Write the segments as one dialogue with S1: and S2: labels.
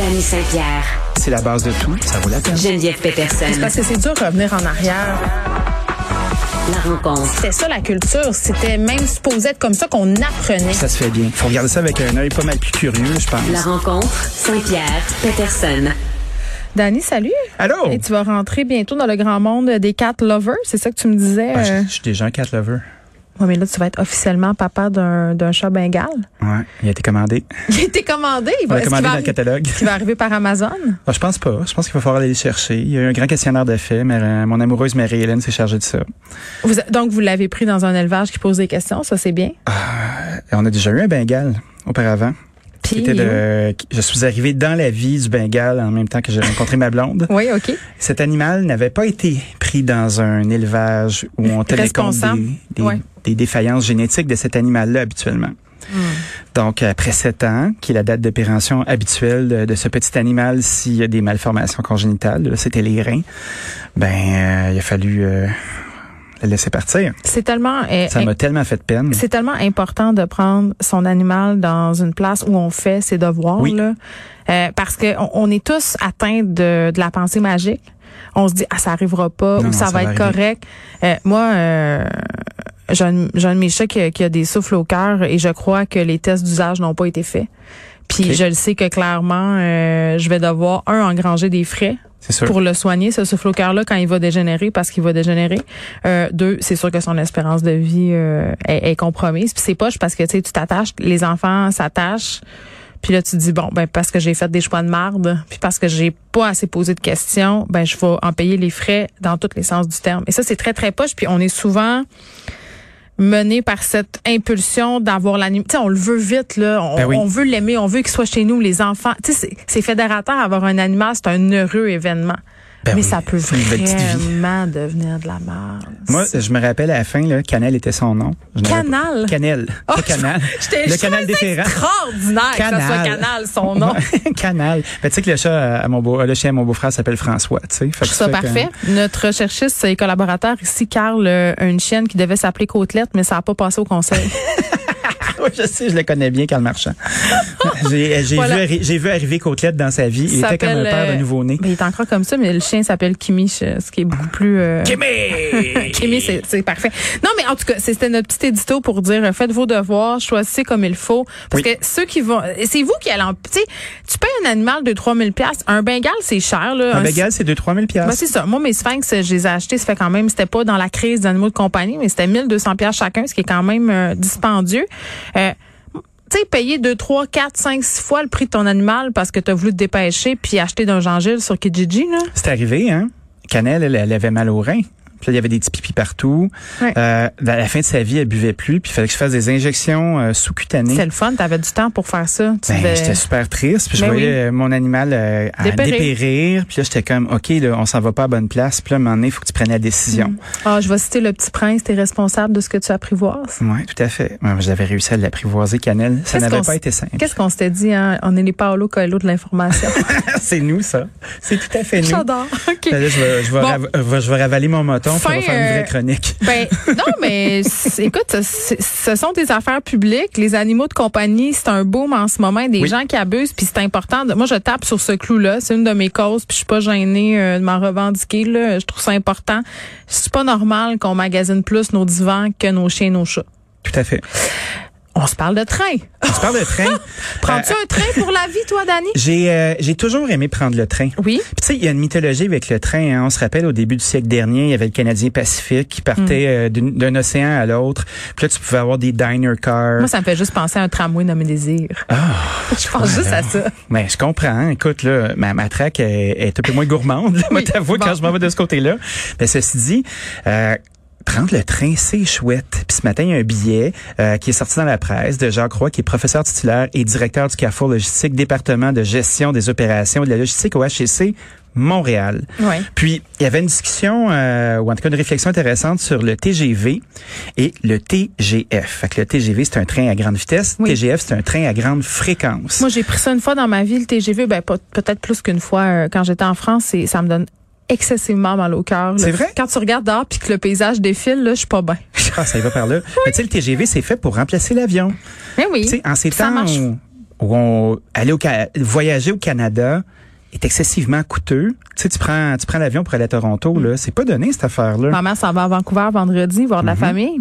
S1: Annie Saint-Pierre,
S2: C'est la base de tout. Ça vaut la peine.
S1: Geneviève Peterson.
S3: Parce que c'est dur de revenir en arrière.
S1: La rencontre.
S3: C'était ça la culture. C'était même supposé être comme ça qu'on apprenait.
S2: Ça se fait bien. Faut regarder ça avec un œil pas mal plus curieux, je
S1: La
S2: pense.
S1: rencontre. Saint-Pierre, Peterson.
S3: Dani, salut.
S2: Allô?
S3: Et tu vas rentrer bientôt dans le grand monde des cat lovers. C'est ça que tu me disais.
S2: Ah,
S3: euh?
S2: je- Je suis déjà un cat lover.
S3: Ouais, mais là, tu vas être officiellement papa d'un d'un chat bengal.
S2: Ouais. Il a été commandé.
S3: Il a été commandé. Il
S2: On
S3: va,
S2: l'a
S3: est-ce
S2: commandé
S3: qu'il va
S2: dans le
S3: arri-
S2: catalogue.
S3: est-ce qu'il va arriver par Amazon.
S2: Ah, je pense pas. Je pense qu'il va falloir aller le chercher. Il y a eu un grand questionnaire de fait, mais euh, mon amoureuse Marie-Hélène s'est chargée de ça.
S3: Vous- donc, vous l'avez pris dans un élevage qui pose des questions. Ça, c'est bien.
S2: Ah, Et on a déjà eu un Bengale auparavant.
S3: Puis,
S2: Qui était de- qui- je suis arrivé dans la vie du Bengale en même temps que j'ai rencontré ma blonde.
S3: Oui, OK.
S2: Cet animal n'avait pas été pris dans un élevage où on tenait compte
S3: Responsable.
S2: des, des-
S3: Ouais.
S2: des défaillances génétiques de cet animal-là habituellement.
S3: Hmm.
S2: Donc, après sept ans, qui est la date de péremption habituelle de, de ce petit animal s'il y a des malformations congénitales, là, c'était les reins, ben, euh, il a fallu euh, le laisser partir.
S3: C'est tellement. euh,
S2: Ça m'a tellement fait peine.
S3: C'est tellement important de prendre son animal dans une place où on fait ses devoirs,
S2: Oui.
S3: là. Euh, parce que on, on est tous atteints de, de la pensée magique. On se dit ah ça arrivera pas
S2: Non,
S3: ou
S2: non,
S3: ça,
S2: ça
S3: va,
S2: va
S3: être
S2: arriver.
S3: correct. Euh, moi, euh, j'ai un j'ai un de mes chats qui, a- qui a des souffles au cœur et je crois que les tests d'usage n'ont pas été faits. Puis
S2: Ok.
S3: je le sais que clairement, euh, je vais devoir un engranger des frais
S2: C'est sûr.
S3: pour le soigner, ce souffle au cœur-là, quand il va dégénérer, parce qu'il va dégénérer. Euh, deux, c'est sûr que son espérance de vie euh, est, est compromise. Puis c'est poche parce que tu sais, tu t'attaches, les enfants s'attachent. Puis là, tu te dis, bon, ben parce que j'ai fait des choix de marde, puis parce que j'ai pas assez posé de questions, ben je vais en payer les frais dans tous les sens du terme. Et ça, c'est très, très poche. Puis on est souvent mené par cette impulsion d'avoir l'animal. Tu sais, on le veut vite, là. On,
S2: Ben oui.
S3: on veut l'aimer, on veut qu'il soit chez nous, les enfants. Tu sais, c'est- c'est fédérateur avoir un animal, c'est un heureux événement.
S2: Ben
S3: mais
S2: oui,
S3: ça peut
S2: c'est une belle petite vie.
S3: vraiment devenir de la merde.
S2: Moi, je me rappelle à la fin, là, Canel était son nom. Je n'aurais pas-
S3: Canal.
S2: Canel. pas
S3: Oh,
S2: canal.
S3: J'étais-
S2: Le
S3: je
S2: canal
S3: trouvais
S2: des
S3: ça
S2: terrains.
S3: extraordinaire Ah, que ça soit
S2: Canal.
S3: Canal, son nom.
S2: canal. Ben, tu sais que le chat à mon beau, euh, le chien à mon beau-frère s'appelle François, tu sais. Fait que
S3: Je trouve
S2: fait
S3: ça
S2: que- euh,
S3: parfait. Notre recherchiste et collaborateur ici, Carl, euh, a une chienne qui devait s'appeler Côtelette, mais ça n'a pas passé au conseil.
S2: Oui, je sais, je le connais bien, Karl Marchand. j'ai, j'ai
S3: Voilà.
S2: vu, arri- j'ai vu arriver Côtelette dans sa vie. Il
S3: Ça
S2: était comme un
S3: s'appelle,
S2: père
S3: euh,
S2: de nouveau-né.
S3: Ben, il est encore comme ça, mais le chien s'appelle Kimi, je- ce qui est beaucoup plus... euh,
S2: Kimmy!
S3: Kimi, c'est c'est parfait. Non, mais en tout cas, c'était notre petit édito pour dire euh, faites vos devoirs, choisissez comme il faut.
S2: Oui.
S3: Parce que ceux qui vont, et c'est vous qui allez en. Tu sais, tu payes un animal de 3000 pièces, un bengal c'est cher là.
S2: Un bégal, c'est 2-3 000
S3: ben,
S2: piastres.
S3: c'est ça. Moi, mes sphinx, euh, je les ai achetés. Ça fait quand même, c'était pas dans la crise d'animaux de compagnie, mais c'était 1200 pièces chacun, ce qui est quand même euh, dispendieux. Euh, tu sais, payer 2, 3, 4, 5, 6 fois le prix de ton animal parce que tu as voulu te dépêcher puis acheter d'un Jean-Gilles sur Kijiji, là.
S2: C'est arrivé, hein? Canel, elle, elle avait mal au rein. Puis là, il y avait des petits pipis partout.
S3: Ouais.
S2: Euh, à la fin de sa vie, elle buvait plus. Puis il fallait que je fasse des injections euh, sous-cutanées.
S3: C'était le fun, t'avais du temps pour faire ça. Tu
S2: Ben,
S3: devais-
S2: j'étais super triste, puis je
S3: Ben
S2: voyais
S3: oui.
S2: euh, mon animal euh, à
S3: Dépérir.
S2: dépérir, puis là j'étais comme OK là, on s'en va pas à bonne place, puis là à un moment donné, faut que tu prennes la décision.
S3: Ah, je vais citer le petit prince, t'es responsable de ce que tu apprivoises.
S2: Oui, tout à fait. Ouais, J'avais réussi à l'apprivoiser Canel, ça
S3: Mm. Qu'est-ce
S2: n'avait
S3: qu'on
S2: pas
S3: s-
S2: été simple.
S3: Qu'est-ce qu'on s'était dit, hein? On est les Paolo Coelho de l'information.
S2: C'est nous ça. C'est tout à fait nous.
S3: J'adore. OK.
S2: Ben là, je vais, je vais
S3: Bon.
S2: rav- euh, va- je vais ravaler mon moton pour
S3: Fin,
S2: faire une vraie
S3: euh,
S2: chronique.
S3: Ben, non, mais c'est- écoute, c'est- ce sont des affaires publiques. Les animaux de compagnie, c'est un boom en ce moment. Des
S2: Oui.
S3: gens qui abusent, puis c'est important. de- moi, je tape sur ce clou-là. C'est une de mes causes, puis je suis pas gênée euh, de m'en revendiquer. Là. Je trouve ça important. C'est pas normal qu'on magasine plus nos divans que nos chiens, nos chats.
S2: Tout à fait.
S3: On se parle de train.
S2: Tu parles de train.
S3: Prends-tu
S2: Euh,
S3: un train pour la vie, toi, Dani?
S2: J'ai euh, j'ai toujours aimé prendre le train.
S3: Oui.
S2: Puis, tu sais, il y a une mythologie avec le train. hein. On se rappelle au début du siècle dernier, il y avait le Canadien Pacifique qui partait euh, d'une- d'un océan à l'autre. Puis là, tu pouvais avoir des diner cars.
S3: Moi, ça me fait juste penser à un tramway nommé Désir. je pense juste à ça.
S2: Mais je comprends. hein. Écoute, là, ma, ma traque est, est un peu moins gourmande. là. Moi,
S3: Oui,
S2: t'avoue,
S3: bon.
S2: quand je m'en vais de ce côté-là. Mais ceci dit, euh, prendre le train, c'est chouette. Puis ce matin, il y a un billet euh, qui est sorti dans la presse de Jacques Roy, qui est professeur titulaire et directeur du Carrefour Logistique, département de gestion des opérations et de la logistique au HEC Montréal.
S3: Ouais.
S2: Puis, il y avait une discussion, euh, ou en tout cas une réflexion intéressante sur le TGV et le TGF. Fait que le TGV, c'est un train à grande vitesse.
S3: Oui.
S2: TGF, c'est un train à grande fréquence.
S3: Moi, j'ai pris ça une fois dans ma vie, le TGV, ben, pas- peut-être plus qu'une fois euh, quand j'étais en France, et ça me donne excessivement mal au cœur. là.
S2: C'est vrai?
S3: Quand tu regardes dehors puis que le paysage défile, là, je suis pas bien.
S2: Ah, ça y va par là. Mais tu sais, le TGV, c'est fait pour remplacer l'avion.
S3: Mais oui.
S2: Tu sais, en ces
S3: Ça
S2: temps
S3: marche.
S2: où où on, aller au, Ca- voyager au Canada est excessivement coûteux. Tu sais, tu prends, tu prends l'avion pour aller à Toronto,
S3: Mm.
S2: là. C'est pas donné, cette affaire-là.
S3: Maman s'en va à Vancouver vendredi voir de
S2: Mm-hmm.
S3: la famille.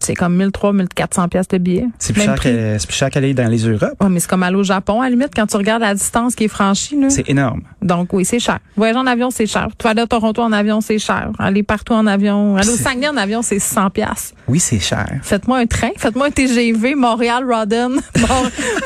S3: C'est comme 1300, 1400 pièces de billet.
S2: C'est plus
S3: Même
S2: cher
S3: prix.
S2: que- c'est plus cher qu'aller dans les Europes.
S3: Ouais, mais c'est comme aller au Japon, à la limite, quand tu regardes la distance qui est franchie. Là.
S2: C'est énorme.
S3: Donc, oui, c'est cher. Voyager en avion, c'est cher. Tu vas aller à Toronto en avion, c'est cher. Aller partout en avion. Aller au
S2: C'est-
S3: Saguenay en avion, c'est 100 pièces.
S2: Oui, c'est cher.
S3: Faites-moi un train. Faites-moi un TGV Montréal-Rodden.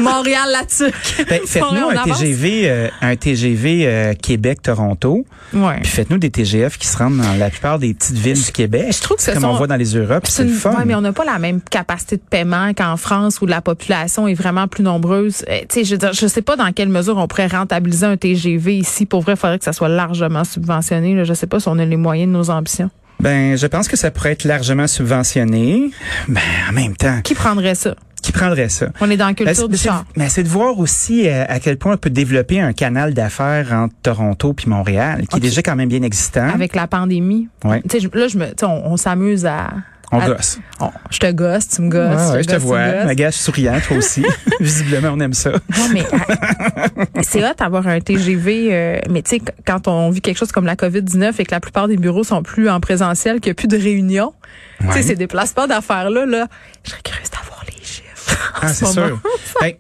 S3: Montréal-Latuc.
S2: Ben, faites-nous un TGV, euh, un TGV euh, Québec-Toronto,
S3: Ouais.
S2: puis faites-nous des TGF qui se rendent dans la plupart des petites villes du Québec.
S3: je trouve que
S2: C'est
S3: ce
S2: comme
S3: sont-
S2: on voit dans les Europes, c'est le
S3: une-
S2: fun.
S3: ouais, mais on n'a pas la même capacité de paiement qu'en France où la population est vraiment plus nombreuse. Euh, tu sais, je veux dire, je sais pas dans quelle mesure on pourrait rentabiliser un TGV ici. Pour vrai, il faudrait que ça soit largement subventionné. Là. Je sais pas si on a les moyens de nos ambitions.
S2: Ben, je pense que ça pourrait être largement subventionné. Ben, en même temps,
S3: Qui prendrait ça?
S2: qui prendrait ça?
S3: On est dans la
S2: Ben,
S3: culture
S2: c'est-
S3: du
S2: c'est-
S3: char.
S2: Mais c'est de voir aussi euh, à quel point on peut développer un canal d'affaires entre Toronto puis Montréal, qui
S3: Ok.
S2: est déjà quand même bien existant.
S3: Avec la pandémie.
S2: Ouais.
S3: Tu sais, je- là, je me, tu sais, on, on s'amuse à...
S2: On
S3: à-
S2: gosse.
S3: on- je te gosse, tu me
S2: Ouais,
S3: gosses.
S2: ouais, je te
S3: Ah, gosse, tu me
S2: vois.
S3: gosses.
S2: Ma gage souriante, toi aussi. Visiblement, on aime ça.
S3: Non, mais à- c'est hot d'avoir un TGV, euh, mais tu sais, qu- quand on vit quelque chose comme la COVID-19 et que la plupart des bureaux sont plus en présentiel, qu'il n'y a plus de réunions, tu sais, ces déplacements d'affaires-là, là, je serais curieuse d'avoir les chiffres. en
S2: Ah,
S3: ce
S2: c'est
S3: moment.
S2: sûr. Ben,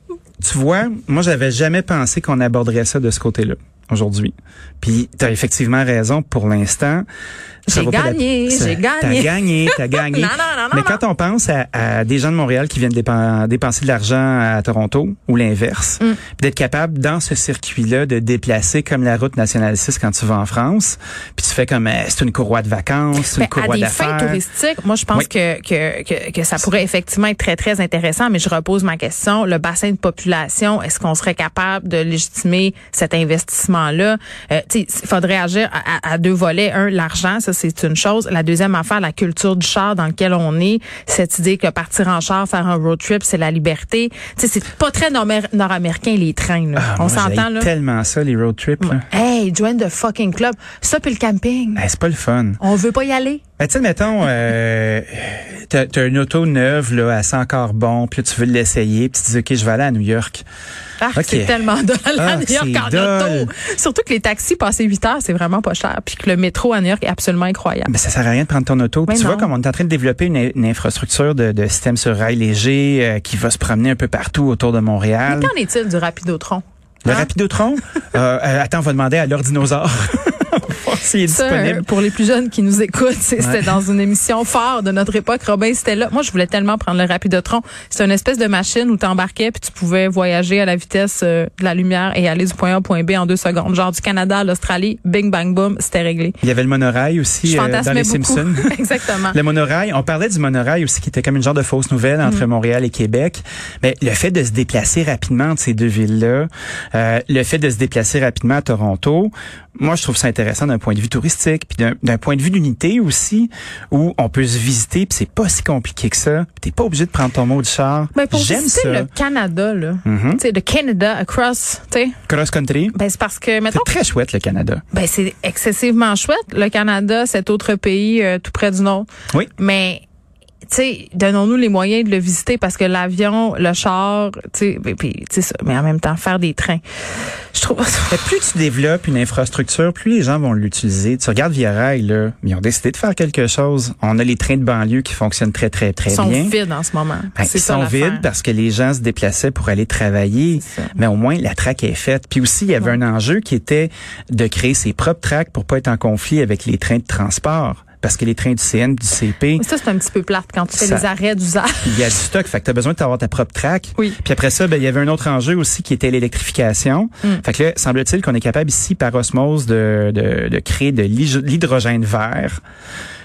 S2: tu vois, moi, j'avais jamais pensé qu'on aborderait ça de ce côté-là aujourd'hui. Puis, tu as effectivement raison pour l'instant. ça
S3: J'ai
S2: vaut pas la-
S3: gagné,
S2: ça-
S3: j'ai
S2: T'as
S3: gagné.
S2: gagné, t'as gagné.
S3: Non, non, non, non,
S2: Mais quand on pense à, à des gens de Montréal qui viennent dépen- dépenser de l'argent à Toronto ou l'inverse,
S3: Mm.
S2: puis d'être capable dans ce circuit-là de déplacer comme la route nationale 6 quand tu vas en France, puis tu fais comme eh, c'est une courroie de vacances, c'est une
S3: Ben, à
S2: courroie
S3: des fins
S2: d'affaires.
S3: touristiques, moi, je pense
S2: Oui.
S3: que, que, que, que ça pourrait effectivement être très, très intéressant, mais je repose ma question. Le bassin de population, est-ce qu'on serait capable de légitimer cet investissement-là? Euh, tu sais, il faudrait agir à, à- à deux volets. Un, l'argent, ça, c'est une chose. La deuxième affaire, la culture du char dans lequel on est. Cette idée que partir en char, faire un road trip, c'est la liberté. Tu sais, c'est pas très norma- nord-américain, les trains, là.
S2: Ah,
S3: on
S2: moi,
S3: s'entend,
S2: j'haïs
S3: là.
S2: tellement ça, les road trips. là.
S3: Hey, join the fucking club. Ça, puis le camping.
S2: Eh, c'est pas le fun.
S3: On veut pas y aller.
S2: Ben, tu sais, mettons, euh, t'as, t'as une auto neuve, là, elle sent encore bon, puis là, tu veux l'essayer, puis tu dis, OK, je vais aller à New York.
S3: Ah,
S2: Ok.
S3: c'est tellement dole à
S2: Ah,
S3: New York
S2: c'est
S3: en
S2: dole.
S3: auto. Surtout que les taxis passer 8 heures, c'est vraiment pas cher. Puis que le métro à New York est absolument incroyable.
S2: Ben, ça sert à rien de prendre ton auto. Puis
S3: Mais
S2: tu vois,
S3: non.
S2: comme on est en train de développer une, une infrastructure de, de système sur rail léger euh, qui va se promener un peu partout autour de Montréal.
S3: Qu'en est-il du rapidotron?
S2: Le
S3: hein?
S2: Rapidotron, euh, euh, attends, on va demander à leur dinosaure. On va voir S'il est
S3: Ça, euh,
S2: disponible.
S3: pour les plus jeunes qui nous écoutent, c'est- c'était dans une émission phare de notre époque. Robin, c'était là. Moi, je voulais tellement prendre le rapidotron. C'est une espèce de machine où t'embarquais puis tu pouvais voyager à la vitesse euh, de la lumière et aller du point A au point B en deux secondes. Genre du Canada à l'Australie, bing, bang, boom, c'était réglé.
S2: Il y avait le monorail aussi
S3: Je
S2: euh, dans
S3: fantasmais
S2: les
S3: beaucoup.
S2: Simpsons.
S3: Exactement.
S2: Le monorail, on parlait du monorail aussi qui était comme une genre de fausse nouvelle
S3: Mm.
S2: entre Montréal et Québec. Mais le fait de se déplacer rapidement de ces deux villes-là, euh, le fait de se déplacer rapidement à Toronto, moi je trouve ça intéressant d'un point de vue touristique, puis d'un- d'un point de vue d'unité aussi, où on peut se visiter, puis c'est pas si compliqué que ça. Puis T'es pas obligé de prendre ton mot de char.
S3: Ben, pour
S2: J'aime
S3: visiter
S2: ça. Mm-hmm.
S3: le Canada, là, tu sais, le Canada across, tu sais,
S2: Cross country,
S3: Ben, c'est parce que, mettons,
S2: c'est très chouette le Canada.
S3: ben, c'est excessivement chouette, le Canada, cet autre pays euh, tout près du nord.
S2: Oui.
S3: Mais, tu sais, donnons-nous les moyens de le visiter parce que l'avion, le char, tu sais, ben, puis, tu sais, ça, mais en même temps, faire des trains. Je trouve.
S2: Fait que plus tu développes une infrastructure, plus les gens vont l'utiliser. Tu regardes Via Rail, là, ils ont décidé de faire quelque chose. On a les trains de banlieue qui fonctionnent très, très, très
S3: Ils sont
S2: Eh bien.
S3: vides en ce moment.
S2: Ben,
S3: c'est
S2: ils
S3: ça,
S2: sont
S3: l'affaire.
S2: vides parce que les gens se déplaçaient pour aller travailler,
S3: C'est ça.
S2: mais au moins la traque est faite. Puis aussi, il y avait un enjeu qui était de créer ses propres tracks pour pas être en conflit avec les trains de transport, parce que les trains du CN, du CP,
S3: Mais Ça, c'est un petit peu plate quand tu fais
S2: Ça-
S3: les arrêts d'usage.
S2: il y a du stock, fait que t'as besoin de t'avoir ta propre track.
S3: Oui.
S2: Puis après ça, ben, il y avait un autre enjeu aussi qui était l'électrification.
S3: Mm.
S2: Fait que là, semble-t-il qu'on est capable ici, par osmose, de, de, de créer de l'hyg- l'hydrogène vert.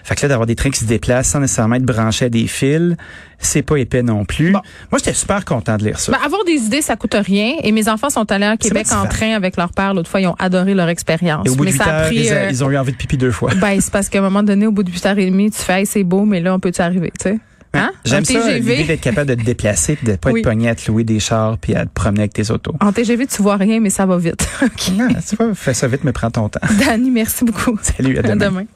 S2: Fait que là, d'avoir des trains qui se déplacent sans nécessairement être branchés à des fils, c'est pas épais non plus. Moi, j'étais super content de lire ça.
S3: Ben, avoir des idées, ça coûte rien. Et mes enfants sont allés à Québec en
S2: motivant.
S3: train avec leur père l'autre fois. Ils ont adoré leur expérience.
S2: Et au bout
S3: Mais
S2: de 8
S3: ça a
S2: heures,
S3: pris.
S2: ils,
S3: euh,
S2: a- ils ont eu envie de pipi deux fois.
S3: Ben, c'est parce qu'à un moment donné, au bout de 8h30, tu fais, hey, c'est beau, mais là, on peut-tu arriver, tu sais? Hein?
S2: J'aime
S3: Un
S2: ça, l'idée
S3: TGV.
S2: d'être capable de te déplacer, puis de pas
S3: Oui.
S2: être pogné à te louer des chars, puis à te promener avec tes autos. Ah,
S3: En TGV, tu vois rien, mais ça va vite. OK.
S2: Non, c'est pas, fais ça vite, mais prends ton temps.
S3: Dani, merci beaucoup.
S2: Salut, à demain.
S3: demain.